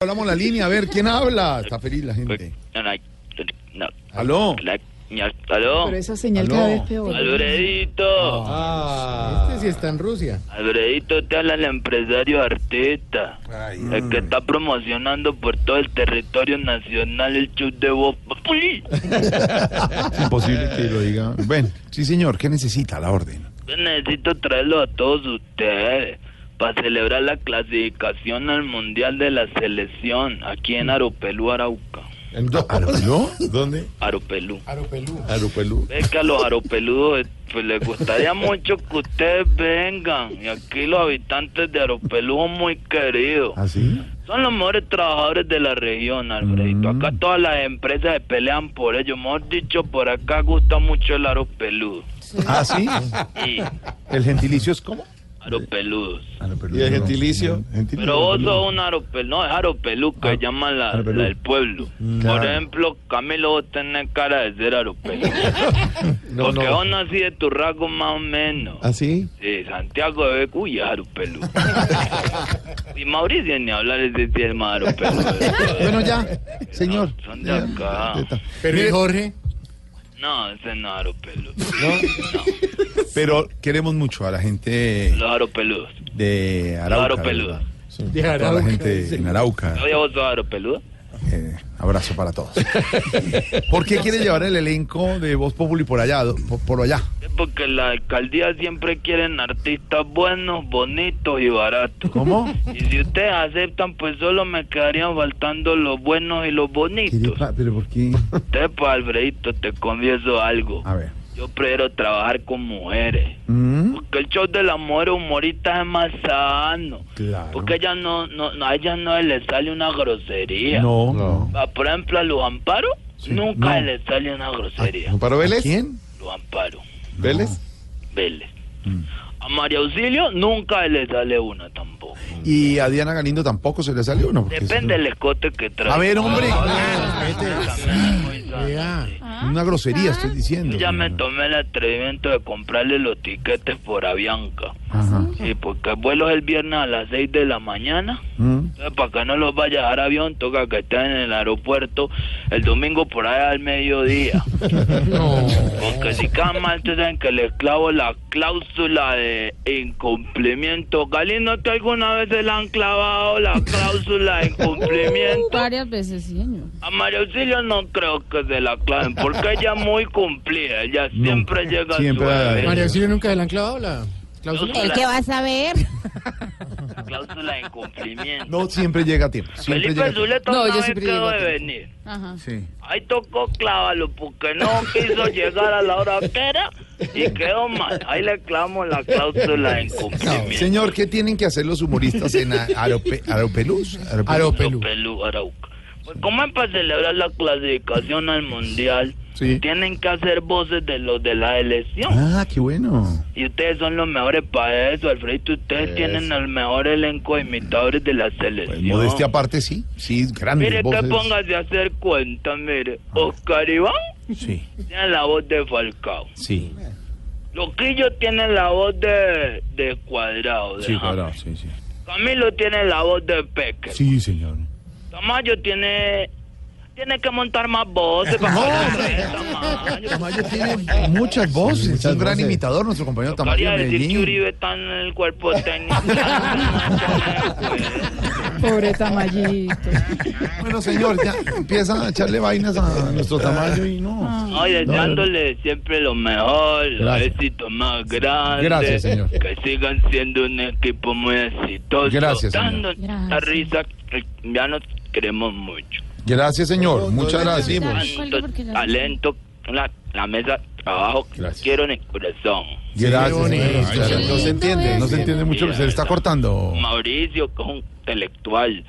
Hablamos la línea, a ver quién habla. Está feliz la gente. No, no, no. Aló. La- ña- aló, Pero esa señal Aló. cada vez peor. Albredito, Ah, Este sí está en Rusia. Albredito te habla el empresario artista, el que está promocionando por todo el territorio nacional el show de voz. Populi. es imposible que lo diga. Ven, sí señor, ¿qué necesita la orden? Yo necesito traerlo a todos ustedes para celebrar la clasificación al mundial de la selección aquí en Aropelú, Arauca. ¿En dó- ¿Aropelú? ¿Dónde? Aropelú. Aropelú. Aropelú. Es que a los aropeludos eh, pues, les gustaría mucho que ustedes vengan. Y aquí los habitantes de Aropelú son muy queridos. Ah. ¿Así? Son los mejores trabajadores de la región, Alfredito. Acá Mm. todas las empresas se pelean por ellos. Mejor dicho, por acá gusta mucho el aropeludo. ¿Ah, sí? Sí, ¿El gentilicio es cómo? aropeludos. ¿Y el gentilicio? Pero vos sos un aropelú, no, es aropelú Ah, que llaman la, aropelú. la del pueblo. Mm, Claro. Por ejemplo, Camilo, vos tenés cara de ser aropelú. No, Porque no. Ah, vos nací de tu rasgo más o menos. ¿Ah, ¿Así? Sí, Santiago de Becuy es Aropelú. y Mauricio ni hablar es de ti, el más Aropelú. Bueno, ya, señor. No, son de acá. Pero ¿y Jorge? No, ese no es Aropelú. Pero queremos mucho a la gente Los Aropeludos. de Arauca. Claro, peludo. ¿verdad? De Toda la Arauca, gente dice. en Arauca. Oye, vos sos Aropeludo. Eh, abrazo para todos. ¿Por qué quiere llevar el elenco de Voz Populi por allá? do- Por, por allá. Es porque la alcaldía siempre quieren artistas buenos, bonitos y baratos. ¿Cómo? Y si ustedes aceptan, pues solo me quedarían faltando los buenos y los bonitos. ¿Pero por qué? Ustedes, pues, Alfredito, te confieso algo. A ver. Yo prefiero trabajar con mujeres. Mm, Porque el show de la mujer humorista es más sano. Claro. Porque ella no, no, no- a ellas no le sale una grosería. No, no. No. Ah, Por ejemplo, a los amparos no. nunca le sale una grosería. ¿Amparo Ah, Vélez? ¿Quién? Los amparos, ¿Vélez? Vélez. Mm. A María Auxilio nunca le sale una tampoco. ¿Y a Diana Galindo tampoco se le salió uno? Oh, Porque Depende del escote que eso- trae. A ver, hombre. También es muy sano, Vea. sí. Una grosería, estoy diciendo. Yo ya me tomé el atrevimiento de comprarle los tiquetes por Avianca. Ajá. Sí, porque el vuelo es el viernes a las 6 de la mañana. Mm. Entonces, para Eh, que no los vaya a dejar avión, toca que estén en el aeropuerto el domingo por allá al mediodía. Porque si cada mal te saben que les clavo la cláusula de incumplimiento. Galindo, ¿te alguna vez se le han clavado la cláusula de incumplimiento? Varias veces, sí, señor. A María Auxilio no creo que se la claven, porque ella es muy cumplida, ella siempre llega a Siempre su a- deber. María Auxilio nunca se la han clavado la cláusula. Cláusula- vas a ver? la cláusula de incumplimiento. No, siempre llega a tiempo. Siempre llega a Felipe tiempo. Zuleta No, una yo vez siempre llego quedó a de tiempo. venir. Ajá. Sí. Ahí tocó clávalo porque no quiso llegar a la hora que era y quedó mal. Ahí le clavamos la cláusula de No, incumplimiento. señor, ¿qué tienen que hacer los humoristas en a- Arope, Aropelús? Arope- Aropelú. Pelú, Arauca. Pues como es para celebrar la clasificación al mundial, Sí. tienen que hacer voces de los de la elección. Ah, qué bueno. Y ustedes son los mejores para eso, Alfredito. Ustedes tienen el mejor elenco de imitadores de la Pues, selección. modestia aparte, sí. Sí, grandes mire que voces. póngase a hacer cuenta, mire. Oscar Iván Sí, tiene la voz de Falcao. sí. Loquillo tiene la voz de, de Cuadrado. de Sí, James. claro, sí, sí. Camilo tiene la voz de Peque. Sí, señor. Tamayo tiene... Tiene que montar más voces para que le den, Tamayo. Tamayo tiene muchas voces. es un gran voces. imitador, nuestro compañero Tamayo Quería de decir que Medellín. Uribe está en el cuerpo técnico. Pues, Pobre Tamayito. Bueno, señor, ya empieza a echarle vainas a nuestro Tamayo y no. No, y deseándole siempre lo mejor, los Gracias. éxitos más grandes. Gracias, señor. Que sigan siendo un equipo muy exitoso. Gracias, señor. Dando esta Gracias. risa que ya nos queremos mucho. Gracias, señor. Muchas gracias. Cuelgue porque ya- Pues, talento, la, la mesa de trabajo que Gracias. quiero en el corazón. Gracias. señor. Ay, Muchas gracias. No se entiende. No se entiende mucho, se le está cortando. Mauricio, que es un intelectual,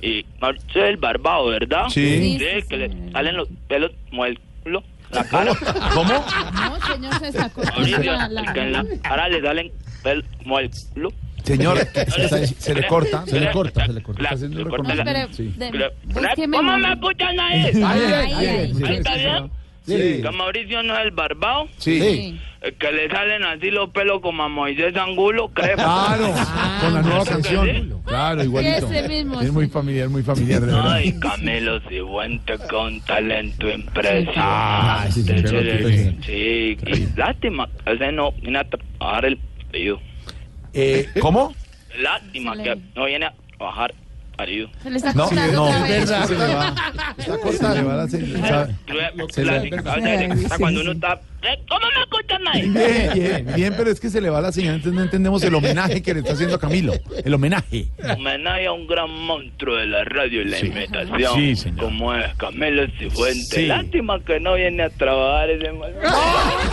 y Marcel el Barbado, ¿verdad? Sí. Sí, que le salen los pelos como el culo, la cara. ¿Cómo? Ah, No, señor, se está cortando Mauricio, la, que en la la... cara le salen pelos como el culo. Señor, se, se le corta. Se le corta, se le corta. La- Está haciendo se una corta No, la- corta. espere, Sí. de- Pero- búsqueme ¿Cómo un- me escuchan ahí? Ahí Ahí, ahí, ahí. está bien. Sí. Que Mauricio no es el Barbado, Sí. Sí. el que le salen así los pelos como a Moisés Angulo, crepa. Claro, con la nueva canción. Claro, igualito. Ese mismo, Es sí. muy familiar, muy familiar, de verdad. Ay, Camilo Cifuente con talento Ah, sí, sí, impresionante. pero qué Sí, pena. sí, y lástima, ese no viene a trabajar el pedido. Eh, ¿Cómo? Lástima que no viene a trabajar parido. Se le está No, cortando no. otra vez. Se le va. Está corta. Se le va la señal, ¿sabe? Se le- Cuando uno está... ¿Eh? ¿Cómo me escuchan ahí? Bien, bien, bien, pero es que se le va la señal, entonces no entendemos el homenaje que le está haciendo a Camilo. El homenaje. Homenaje a un gran monstruo de la radio y la imitación. Sí, señor. Como es Camilo Cifuentes. Lástima que no viene a trabajar ese mal.